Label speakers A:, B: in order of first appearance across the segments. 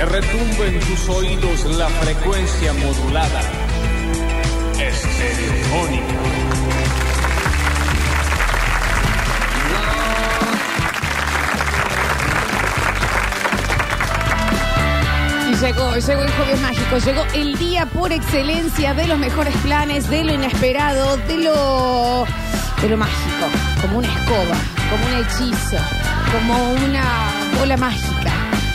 A: Sube en tus oídos la frecuencia modulada. Estereofónica.
B: Y llegó, llegó el jueves mágico, llegó el día por excelencia de los mejores planes, de lo inesperado, de lo, de lo mágico, como una escoba, como un hechizo, como una bola mágica,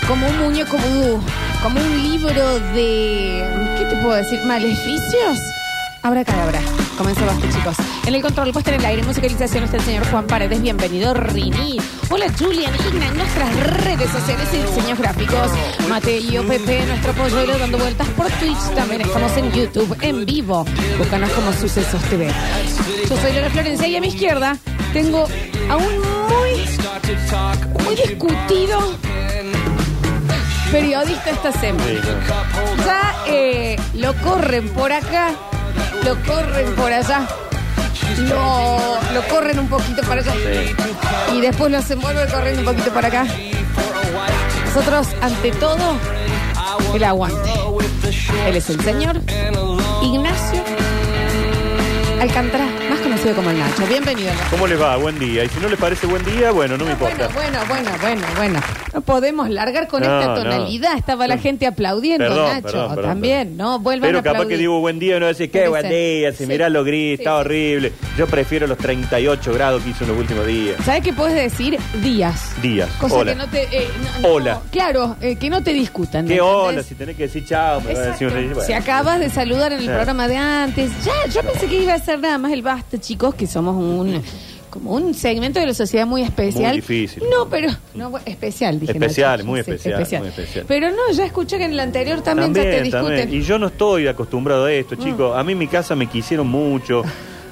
B: como un muñeco vudú, como un libro de, ¿qué te puedo decir? Maleficios. Ahora cadabra. Comenzó Basta, chicos. En el control, puesta en el aire, musicalización está el señor Juan Paredes. Bienvenido, Rini. Hola, Julian Igna, en nuestras redes sociales y diseños gráficos. Mateo, Pepe, nuestro polluelo, dando vueltas por Twitch. También estamos en YouTube, en vivo. Búscanos como Sucesos TV. Yo soy Lola Florencia y a mi izquierda tengo a un muy, muy discutido periodista esta semana. Ya eh, lo corren por acá, lo corren por allá, lo, lo corren un poquito para allá y después lo hacen volver corriendo un poquito para acá. Nosotros, ante todo, el aguante. Él es el señor Ignacio Alcántara, más conocido como el Nacho. Bienvenido. Nacho.
C: ¿Cómo les va? Buen día. Y si no les parece buen día, bueno, no me importa.
B: Bueno, bueno, bueno, bueno, bueno. No podemos largar con
C: No,
B: esta
C: no.
B: tonalidad. Estaba la gente aplaudiendo,
C: Perdón,
B: Nacho.
C: perdón, perdón,
B: También,
C: perdón.
B: ¿no? Vuelvan
C: Pero
B: a
C: capaz
B: aplaudir.
C: que digo buen día y uno dice, qué
B: Puede
C: buen
B: ser.
C: día, si
B: Sí.
C: mirá lo gris,
B: Sí.
C: está horrible. Yo prefiero los 38 grados que hizo en los últimos días.
B: ¿Sabes qué puedes decir? Días.
C: Días.
B: Cosa
C: Hola.
B: que no te... eh, no- no,
C: Hola.
B: claro, eh, que no te discutan.
C: ¿Qué
B: ¿entendés?
C: hola? Si tenés que decir chao, me va a
B: Exacto.
C: decir un rey. Bueno.
B: Si acabas de saludar en el
C: Sí.
B: programa de antes, ya, yo pensé que iba a ser nada más el basta, chicos, que somos un como un segmento de la sociedad muy especial.
C: Muy difícil.
B: No, pero no bueno, especial, dije.
C: Especial,
B: Nacho.
C: muy especial, muy especial.
B: Pero no, ya escuché que en el anterior también, ya te
C: También,
B: discuten. Mm.
C: también. Y yo no estoy acostumbrado a esto, chicos. A mí en mi casa me quisieron mucho.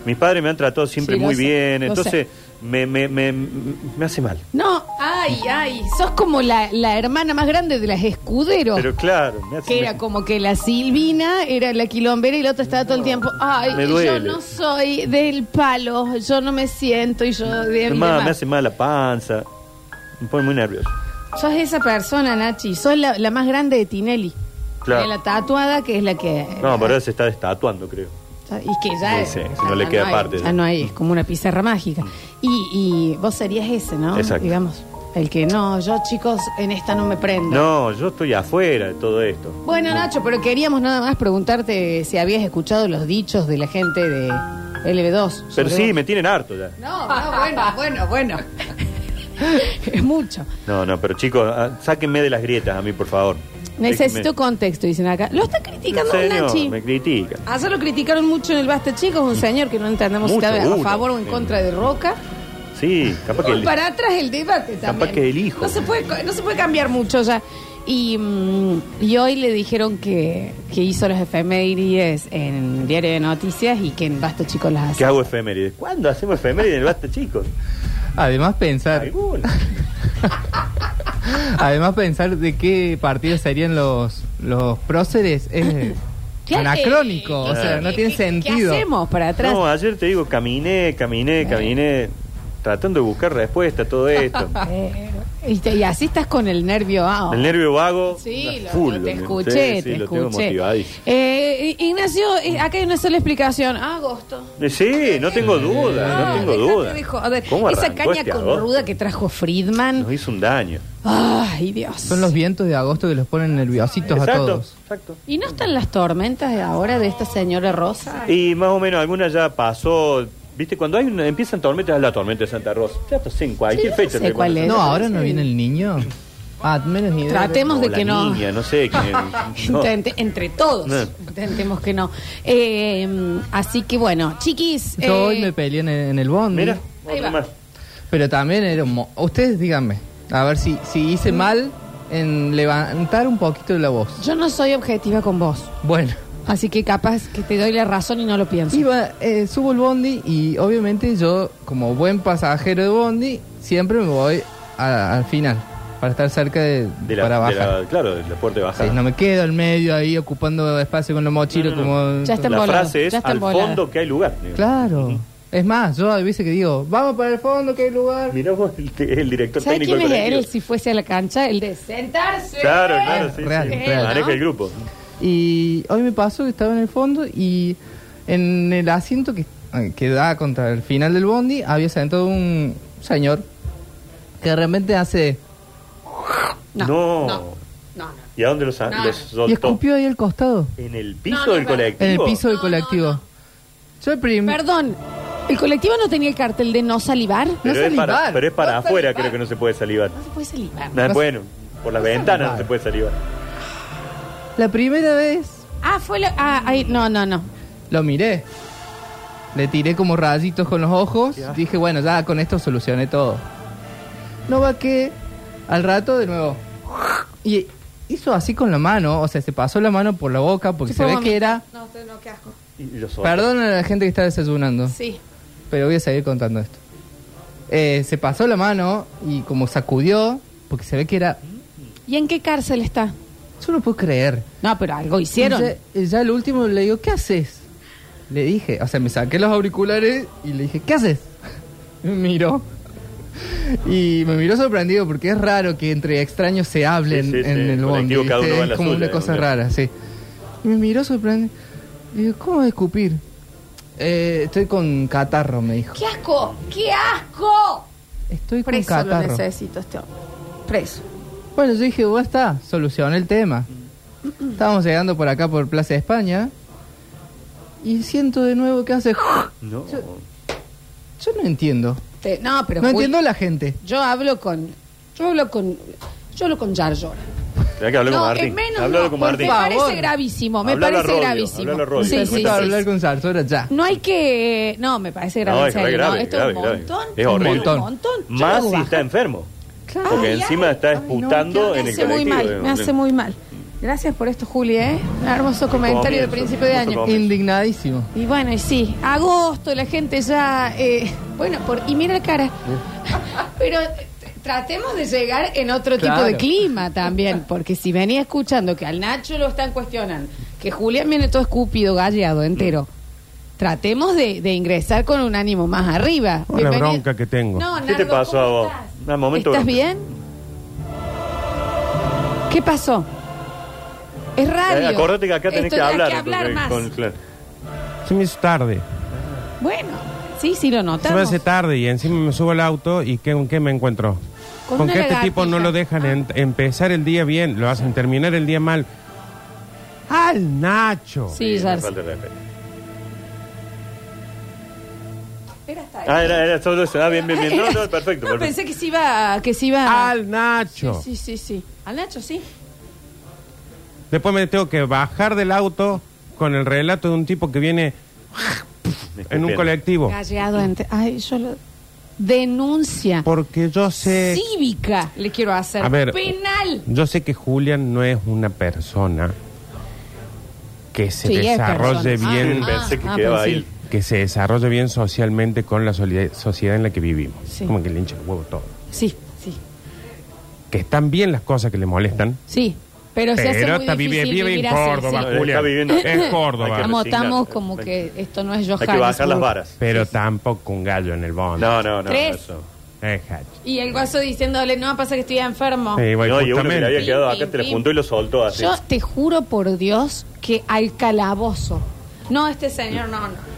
C: Mis padres me han tratado siempre
B: Sí, lo
C: muy
B: sé,
C: bien.
B: lo sé.
C: Entonces, me, me, me, me hace mal.
B: No, ay, ay, sos como la, la hermana más grande de las escuderos.
C: Pero claro, me hace
B: Que era
C: me-
B: como que la Silvina era la quilombera y la otra estaba todo el tiempo. Ay,
C: Me
B: yo
C: duele.
B: no soy del palo, yo no me siento y yo de y
C: Además, me
B: demás.
C: hace mal la panza. Me pone muy nervioso.
B: Sos esa persona, Nachi, sos la, la más grande de Tinelli.
C: Claro.
B: De la tatuada que es la que. Ah,
C: No, pero ahora se está destatuando, creo.
B: Y que ya.
C: Sí, sí,
B: ya
C: si no le queda
B: hay,
C: parte.
B: Ya no hay, es como una pizarra mágica. Y, y vos serías ese, ¿no?
C: Exacto.
B: Digamos, el que no, yo chicos, en esta no me prendo.
C: No, yo estoy afuera de todo esto.
B: Bueno, Nacho, pero queríamos nada más preguntarte si habías escuchado los dichos de la gente de LB2.
C: Pero
B: sobre
C: sí,
B: vos.
C: me tienen harto ya.
B: No, no, bueno, bueno, bueno. es mucho.
C: No, no, pero chicos, ah, sáquenme de las grietas a mí, por favor.
B: Necesito
C: Déjenme-
B: contexto, dicen acá. Lo está criticando
C: Señor,
B: Nachi.
C: me critican.
B: Ayer lo criticaron mucho en el Basta Chicos, un señor que no entendemos si
C: Mucho,
B: estaba a
C: uno.
B: favor o en
C: Sí.
B: contra de Roca.
C: Sí, capaz que...
B: Y
C: el-
B: para atrás el debate también.
C: que el hijo.
B: No se puede, co- no se puede cambiar mucho ya. Y, mm, y hoy le dijeron que, que hizo los efemérides en Diario de Noticias y que en Basta Chicos las hace.
C: ¿Qué hago efemérides? ¿Cuándo hacemos efemérides en el Basta, chicos?
D: Además pensar,
C: Alguna.
D: además pensar de qué partido serían los los próceres es
B: ¿Qué-
D: anacrónico,
B: eh,
D: o sea,
B: eh,
D: no
B: eh,
D: tiene
B: ¿qué-
D: sentido.
B: ¿Qué hacemos para atrás?
C: No, ayer te digo, caminé, caminé, caminé, tratando de buscar respuesta a todo esto.
B: Eh, y, te- y así estás con el nervio ah,
C: El nervio vago.
B: Sí, lo,
C: full,
B: lo- te
C: también.
B: escuché,
C: Sí, sí,
B: te
C: lo tengo
B: escuché.
C: motivadísimo.
B: Eh, Ignacio, eh, acá hay una sola explicación. Agosto.
C: Eh, Sí, no tengo duda,
B: Ah,
C: no, tengo
B: dejate
C: duda.
B: de joder.
C: ¿Cómo
B: Esa
C: arrancó
B: caña
C: este
B: con
C: agosto?
B: ruda que trajo Friedman.
C: Nos hizo un daño.
B: Ay, Dios.
D: Son los vientos de agosto que los ponen nerviositos a
C: Exacto,
D: todos.
C: exacto.
B: ¿Y no están las tormentas de ahora de esta señora Rosa?
C: Y más o menos alguna ya pasó. Viste, cuando hay una, empiezan tormentas, es la tormenta de Santa Rosa. Ya está en cualquier
B: Sí, yo
C: fecha.
B: sé cuál
C: reconoce.
B: es.
D: No, ahora no
B: Sí.
D: viene el niño. Ah, menos idea.
B: Tratemos de
C: la
B: que no.
C: niña, no sé quién. no.
B: Intente- entre todos.
C: No.
B: Intentemos que no. Eh, así que bueno, chiquis.
D: Yo hoy
B: eh,
D: me peleé en el, en el bondi.
C: Mira,
B: Ahí
C: otro
B: va.
C: más.
D: Pero también era un mo- ustedes díganme, a ver si si hice mal en levantar un poquito la voz.
B: ¿Mm? yo no soy objetiva con vos.
D: Bueno,
B: Así que capaz que te doy la razón y no lo pienso.
D: Iba, eh, subo el bondi y obviamente yo, como buen pasajero de bondi, siempre me voy a- al final para estar cerca de,
C: De la,
D: para
C: de la-
D: bajar.
C: claro, de la puerta de bajada.
D: Sí, no me quedo al medio ahí ocupando espacio con los mochilos
C: No, no, no.
D: como...
B: Ya está.
C: la
B: embolado,
C: frase es
B: ya está
C: al
B: embolado".
C: fondo que hay lugar. digo.
D: Claro. Es más, yo a veces que digo, vamos para el fondo, que hay lugar.
C: Mirá vos el, te- el director
B: ¿Sabes
C: técnico
B: quién
C: del
B: es
C: colectivo.
B: él si fuese a la cancha? El de sentarse.
C: Claro, claro, sí,
D: Real,
C: sí.
D: real.
C: Maneja
B: ¿No?
C: el grupo.
D: Y hoy me pasó que estaba en el fondo y en el asiento que, eh, que da contra el final del bondi había sentado un señor que de repente hace...
B: No.
C: No.
B: No. No. no.
C: ¿Y a dónde los, sa-
B: No.
C: los
D: Y
C: soltó?
D: escupió ahí al costado,
C: En el piso
B: No, no,
C: del
B: no.
C: colectivo.
D: en el piso del
B: No,
D: colectivo.
B: no, no.
D: Yo el prim-
B: Perdón, ¿el colectivo no tenía el cartel de no salivar? No
C: Pero,
D: No
C: es para,
D: salivar.
C: pero es para
D: No
C: afuera,
D: salivar.
C: creo que no se puede salivar.
B: se puede salivar.
C: Nah,
D: No
C: bueno, por las ventanas no
D: salivar.
C: se puede salivar.
D: La primera vez
B: Ah, fue lo... Ah, ahí, no, no, no.
D: lo miré. Le tiré como rayitos con los ojos.
C: Ya.
D: Dije, bueno, ya con esto solucioné todo. No va que al rato de nuevo. Y hizo así con la mano, o sea, se pasó la mano por la boca porque
B: Sí,
D: se
B: fue
D: ve
B: un
D: que
B: momento.
D: era...
B: No, te- no, qué asco.
C: Y los soltó.
D: Perdón a la gente que está desayunando,
B: Sí.
D: pero voy a seguir contando esto. Eh, se pasó la mano y como sacudió, porque se ve que era...
B: ¿Y en qué cárcel está?
D: Yo no puedo creer.
B: No, pero algo hicieron.
D: Y Ya, y ya el último le digo, ¿qué haces? Le dije, o sea, me saqué los auriculares y le dije, ¿qué haces? Y me miró. Y me miró sorprendido porque es raro que entre extraños se hablen
C: Sí, sí,
D: en
C: sí.
D: el bondi.
C: Colectivo, cada uno va
D: ¿viste?
C: en
D: Es
C: la
D: como
C: suya,
D: una cosa
C: ¿no?
D: rara, sí. Y me miró sorprendido. Le digo, ¿cómo es escupir? "Eh, estoy con catarro, me dijo.
B: ¡Qué asco! ¡Qué asco!
D: Estoy con
B: Preso lo
D: catarro.
B: necesito este hombre. Preso.
D: Bueno, yo dije, bueno, está, solucioné el tema.
B: Mm.
D: Estábamos llegando por acá por Plaza de España y siento de nuevo que hace...
C: No.
D: Yo no entiendo.
B: Te- no, pero
D: no
B: Juli,
D: entiendo la gente.
B: Yo hablo con. Yo hablo con. Yo hablo con Jar Jar.
C: Tenés que hablar
B: no,
C: con Martín.
B: es menos
C: Hablalo
B: no,
C: con
B: porque
C: Martín.
B: me parece
D: favor.
B: gravísimo, me
C: Hablalo a
B: parece
C: Rodio,
B: gravísimo.
C: hablalo a Rodio,
B: sí,
C: te
B: sí,
D: Necesito
B: sí,
D: hablar
B: sí.
D: con Zarzora ya.
B: No hay que. No, me parece grave.
C: No,
B: en
C: es re
B: serio,
C: grave,
B: Esto
C: grave,
B: es un
C: grave.
B: montón.
C: Es
B: un
C: horrible.
B: montón. Yo
C: Más
B: lo
C: si
B: bajo.
C: está enfermo.
B: Claro.
C: Porque
B: Ay,
C: encima
B: ay,
C: está
D: ay, no,
C: disputando
B: Me
C: en el
B: hace muy
C: colectivo.
B: mal,
C: digamos.
B: me hace muy mal. Gracias por esto, Juli, ¿eh? Un hermoso comentario de
C: comienzo,
B: principio de
C: hermoso
B: año.
C: comienzo.
D: Indignadísimo.
B: Y bueno, y sí, agosto, la gente ya. eh, bueno, por, y mira la cara. Pero eh, tratemos de llegar en otro tipo
D: Claro.
B: de clima también, porque si venía escuchando que al Nacho lo están cuestionando, que Julián viene todo escupido, galleado, entero.
E: Mm.
B: Tratemos de, de ingresar con un ánimo más arriba.
E: Con la
B: Bienvenido.
E: bronca que tengo.
B: No,
C: ¿Qué te
B: Nardo,
C: pasó
B: ¿cómo
C: a vos?
B: estás?
C: Un momento
B: ¿Estás
C: bronca.
B: bien? ¿Qué pasó? Es radio.
C: Eh, acordate que acá tenés
B: Esto
C: que
B: ya hay
C: hablar.
B: hablar
C: con-
B: más.
C: con- claro.
E: Se me hizo tarde.
B: Bueno, sí, sí lo
E: Se me
B: notamos.
E: hace tarde y encima me subo al auto y ¿qué, ¿con qué me encuentro?
B: Con
E: Con,
B: una
E: que este tipo no
B: lagartija.
E: lo dejan en- empezar el día bien, lo hacen terminar el día mal. ¡Al Nacho!
B: Sí, ya
C: Una falta de respeto.
B: Era hasta ahí.
C: Ah, era, era solo eso. Ah, bien, bien, bien. No, no, perfecto.
B: No,
C: perfecto.
B: pensé que se iba... Que se iba
E: ¡Al Nacho!
B: Sí, sí, sí. Al Nacho, sí.
E: Después me tengo que bajar del auto con el relato de un tipo que viene en un
C: Escupiendo.
E: colectivo.
B: Galleado ente- Ay, yo lo... Denuncia
E: Porque yo sé...
B: cívica le quiero hacer.
E: A ver,
B: Penal.
E: Yo sé que Julian no es una persona que se
B: Sí, es
E: desarrolle
B: persona.
E: bien,
B: Ah,
C: Pensé que
B: ah,
C: quedaba
B: pensé.
C: ahí.
E: que se desarrolle bien socialmente con la solida- sociedad en la que vivimos.
B: Sí.
E: Como que le hincha el huevo todo.
B: Sí, sí,
E: Que están bien las cosas que le molestan.
B: sí. Pero, se hace
E: Pero
B: muy
E: está vive,
B: difícil
E: vive en
B: vivir así,
E: Córdoba,
B: sí.
C: Está
E: Julián.
C: viviendo-
E: Es
C: Hay
E: Córdoba.
C: que-
B: Estamos, estamos
C: Resignar.
B: como
C: Hay-
B: que esto no es
C: Hay
B: Johannesburg.
C: que bajar las varas.
E: Pero tampoco un gallo en el bono.
C: No, no, no.
B: Tres.
C: eso.
E: Es hacha.
B: Y el guaso diciéndole, no, pasa que estoy enfermo.
E: Sí, bueno,
C: No, y uno que le
E: justamente.
C: había quedado
B: Pim,
C: acá, te lo
B: pim,
C: juntó y lo soltó así.
B: Yo te juro por Dios que al calabozo. No, este señor no, no.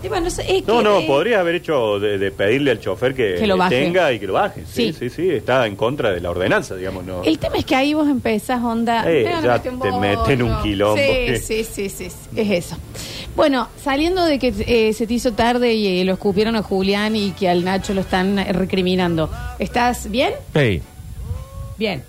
B: Y bueno, es- es
C: No,
B: que-
C: no,
B: eh,
C: podrías haber hecho de, de pedirle al chofer que,
B: Que lo baje.
C: tenga y que lo baje. Sí,
B: Sí.
C: sí, sí, está en contra de la ordenanza, digamos, no.
B: El tema es que ahí vos empezás, onda.
C: Eh,
B: me van a
C: ya
B: meter un
C: te
B: bollo.
C: meten un quilombo,
B: Sí,
C: que-
B: sí, sí, sí, sí, es eso. Bueno, saliendo de que eh, se te hizo tarde y eh, lo escupieron a Julián y que al Nacho lo están eh, recriminando. ¿Estás bien?
E: Sí,
B: Bien.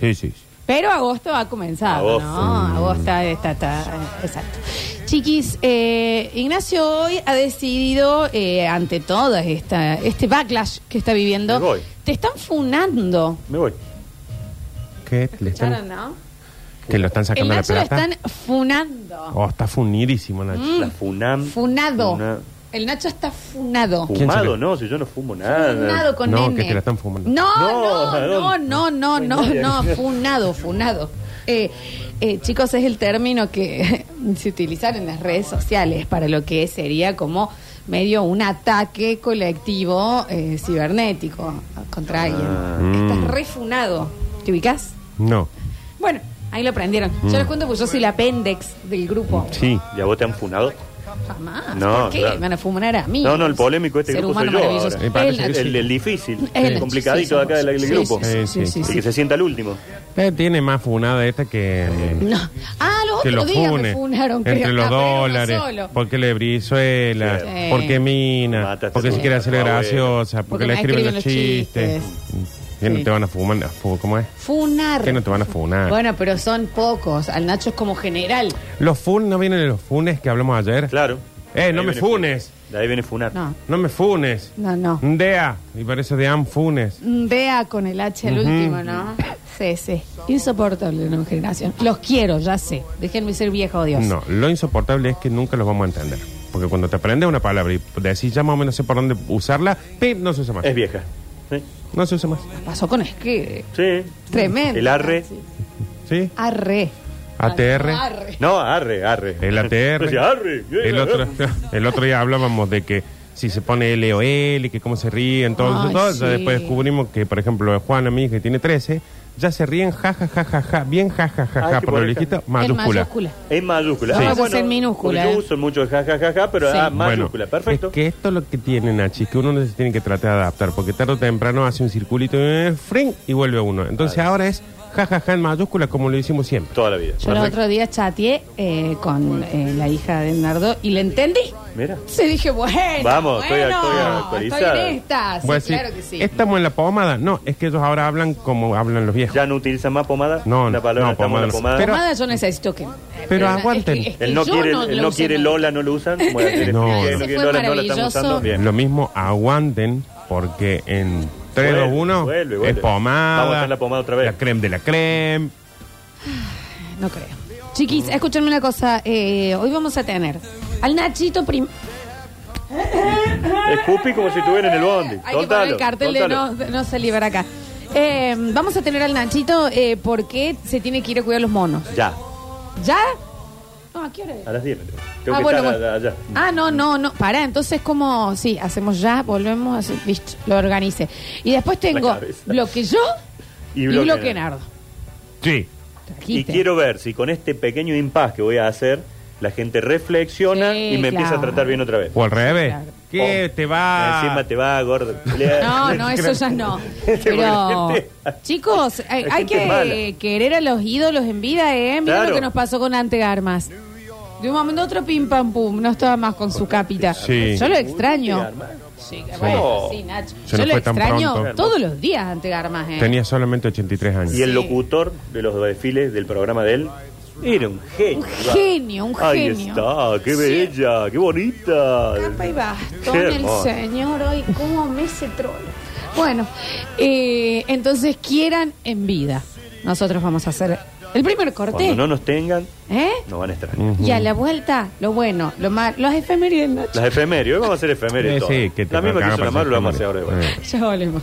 E: sí, sí. sí.
B: Pero agosto ha comenzado,
C: Agosto.
B: ¿no? Mm. Agosto está, está- exacto. Chiquis, eh, Ignacio hoy ha decidido, eh, ante todo esta, este backlash que está viviendo,
C: Me voy.
B: te están funando.
C: Me voy.
E: ¿Qué? Le están-
B: ¿Escucharon, no?
E: ¿Que lo están
B: El
E: sacando la
B: Nacho lo
E: plata?
B: están funando.
E: Oh, está funidísimo, Nacho.
B: Mm.
C: La FUNAM.
B: Funado.
C: Funa-
B: El Nacho está funado.
E: ¿Quién
C: Fumado,
E: sabe?
C: no, si yo no fumo nada.
B: Funado con
E: No,
B: N.
E: que te la están fumando.
B: No,
C: No,
B: no, no,
C: ¿a
B: no, no, no, no, funado, funado. Eh, eh, chicos, es el término que se utilizan en las redes sociales para lo que sería como medio un ataque colectivo eh, cibernético
C: Ah.
B: contra alguien.
E: Mm.
B: Estás refunado. ¿Te ubicas?
E: No.
B: Bueno, ahí lo prendieron.
E: Mm.
B: Yo les cuento porque yo soy la apéndex del grupo.
E: Sí.
C: ¿Y a vos te han funado?
B: Jamás.
C: No,
B: ¿Por qué?
C: claro.
B: Me van a fumar a mí.
C: No, no, el polémico de este
B: Ser
C: grupo
B: humano
C: soy yo
B: maravilloso.
C: ahora.
E: Me parece
B: El-
E: Eh, que sí.
C: El, el difícil,
B: el-
C: el complicadito
B: sí,
C: de acá del, del
B: sí,
C: grupo.
B: sí, sí,
E: Sí,
B: sí,
E: sí,
C: El
B: sí,
C: que
B: sí.
C: se sienta el último.
E: Eh, tiene más funada esta que.
B: No. Ah, los
E: Que
B: otros
E: los
B: días
E: fune,
B: me funaron. creo.
E: entre los
B: Ah, pero uno
E: dólares,
B: solo.
E: porque le brizuela,
C: Sí.
E: porque mina,
C: Mataste
E: porque
C: a Ah,
E: se
C: tu
E: quiere hacer
C: abuela.
E: graciosa, porque,
B: Porque
E: le
B: me
E: escriben los,
B: escriben los
E: chistes. Que no
B: Sí.
E: te van a fumar, a fu- ¿cómo es?
B: Funar.
E: Que no te van a funar.
B: Bueno, pero son pocos. Al Nacho es como general.
E: Los fun, ¿no vienen los funes que hablamos ayer?
C: Claro.
E: Eh,
C: Ahí
E: no me
C: viene
E: funes.
C: fun- De ahí viene funar.
B: No,
E: No me funes.
B: no, no.
E: Dea, y parece de Am Funes.
B: Vea con el H al último, ¿no? Sí, sí. Insoportable la nueva generación. Los quiero, ya sé. Déjenme ser vieja odiosa.
E: No, lo insoportable es que nunca los vamos a entender. Porque cuando te aprendes una palabra y decís ya más o menos sé por dónde usarla, ¡pim! no se usa más.
C: Es vieja. Sí.
E: No se usa más.
B: Pasó con Esquire.
C: Sí.
B: Tremendo.
C: El arre.
B: Sí.
E: ¿Sí?
B: Arre.
E: ATR.
B: Arre.
C: No, arre, arre.
E: El ATR.
C: Decía, Pues arre.
E: El otro, el otro día hablábamos de que si se pone L o L, que cómo se ríen, todo,
B: Ay,
E: eso, todo. Ya
B: sí.
E: después descubrimos que, por ejemplo, Juana, mi hija, que tiene 13, ya se ríen ja, ja, ja, ja, ja, bien ja, ja, ja,
C: Ay,
E: ja,
C: qué
E: por lo
C: bonita.
E: dijiste,
B: En
E: mayúscula.
B: mayúscula.
C: En mayúscula. Ah,
B: Sí. Nosotros en minúscula,
C: porque
B: eh.
C: Yo uso mucho el jajajaja, pero
B: Sí.
C: ah,
E: Bueno,
C: mayúscula. Perfecto.
E: Es que esto es lo que tiene Nachi, que uno no se tiene que tratar de adaptar, porque tarde o temprano hace un circulito eh, fring, y vuelve uno. Entonces ahora es jajaja en mayúscula como lo hicimos siempre.
C: Toda la vida.
B: Yo el otro día chateé eh, con eh, la hija de Bernardo y le entendí.
C: Mira.
B: Se dije, bueno,
C: Vamos, estoy-
B: bueno,
C: estoy actualizada.
B: en esta. Ah, Sí,
E: Voy a decir,
B: claro que sí.
E: Estamos en la pomada. No, es que ellos ahora hablan como hablan los viejos.
C: ¿Ya no utilizan más pomada?
E: No,
C: La
E: no,
C: palabra
E: no,
C: estamos en la
E: pomada
C: pomada.
E: no. pero-
B: Pomada yo necesito que...
E: Pero aguanten.
C: él no
B: yo
C: quiere,
B: la
C: él no
B: uso
C: quiere
B: más.
C: Lola, no lo usan. Bueno, quiere-
E: No,
C: quiere-
E: no.
C: quiere
B: Ese fue
C: Lola, no la están
B: maravilloso.
C: usando bien.
E: Lo mismo aguanten, porque en 3,
C: Vuelve,
E: 2, 1
C: vuelve, vuelve.
E: es pomada.
C: Vamos a hacer la pomada otra vez.
E: La creme de la creme.
B: No creo. Chiquis, escúchenme una cosa. eh, hoy vamos a tener al Nachito prim...
C: Escupí como si estuviera en el
B: Hay
C: bondi.
B: que poner el
C: Soltalo,
B: cartel de
C: soltalo.
B: no, de no salir para acá. Eh, vamos a tener al Nachito eh, porque se tiene que ir a cuidar los monos.
C: Ya,
B: ¿Ya? No, ¿a qué hora es?
C: a las 10. Tengo
B: Ah,
C: que
B: bueno,
C: estar
B: bueno.
C: a- allá.
B: Ah, no, no, no. Pará, entonces como, sí, hacemos ya, volvemos, así, listo, lo organice. Y después tengo
C: La cabeza.
B: bloque yo y, bloque, Nardo.
E: Sí.
C: Y
B: Trajiste.
C: quiero ver si con este pequeño impas que voy a hacer, la gente reflexiona
B: Sí,
C: y me empieza a
B: claro.
C: tratar bien otra vez.
E: O al revés.
B: claro.
E: ¿Qué
C: Oh.
E: te va?
C: Encima te va, gordo.
B: No, no, eso ya no. Pero,
C: Este Porque
B: chicos, hay,
C: la
B: hay
C: gente es mala.
B: que querer a los ídolos en vida, ¿eh? Mira lo
C: Claro.
B: que nos pasó con Ante Armas. De un momento a otro, pim, pam, pum, no estaba más con su cápita.
E: Sí. Oh.
B: Yo lo extraño. Sí, bueno,
C: Sí.
B: sí, Nacho.
E: Se
B: Yo
E: nos
B: lo
E: fue tan
B: extraño
E: pronto.
B: todos los días Ante Armas, ¿eh?
E: Tenía solamente 83 años. Eh,
C: Y el locutor de los desfiles del programa de él era un genio.
B: Un genio, un
C: Ahí
B: genio.
C: está, qué
B: Sí.
C: bella, qué bonita.
B: Capa y bastón,
C: Qué
B: el
C: hermoso.
B: señor hoy, cómo me se trola. Bueno, eh, entonces quieran en vida. Nosotros vamos a hacer el primer corte.
C: Cuando no nos tengan,
B: ¿eh?
C: nos van a extrañar.
E: Ujú.
B: Y a la vuelta, lo bueno, lo mal, los efemérides, Nacho.
C: Las efemérides, hoy vamos a hacer efemérides.
E: Eh,
C: todas.
E: sí, que te
C: la misma que
E: hagan
C: hizo la
E: pasar
C: Maru, lo vamos a hacer ahora.
E: efemérides. Eh.
C: igual.
B: Ya volvemos.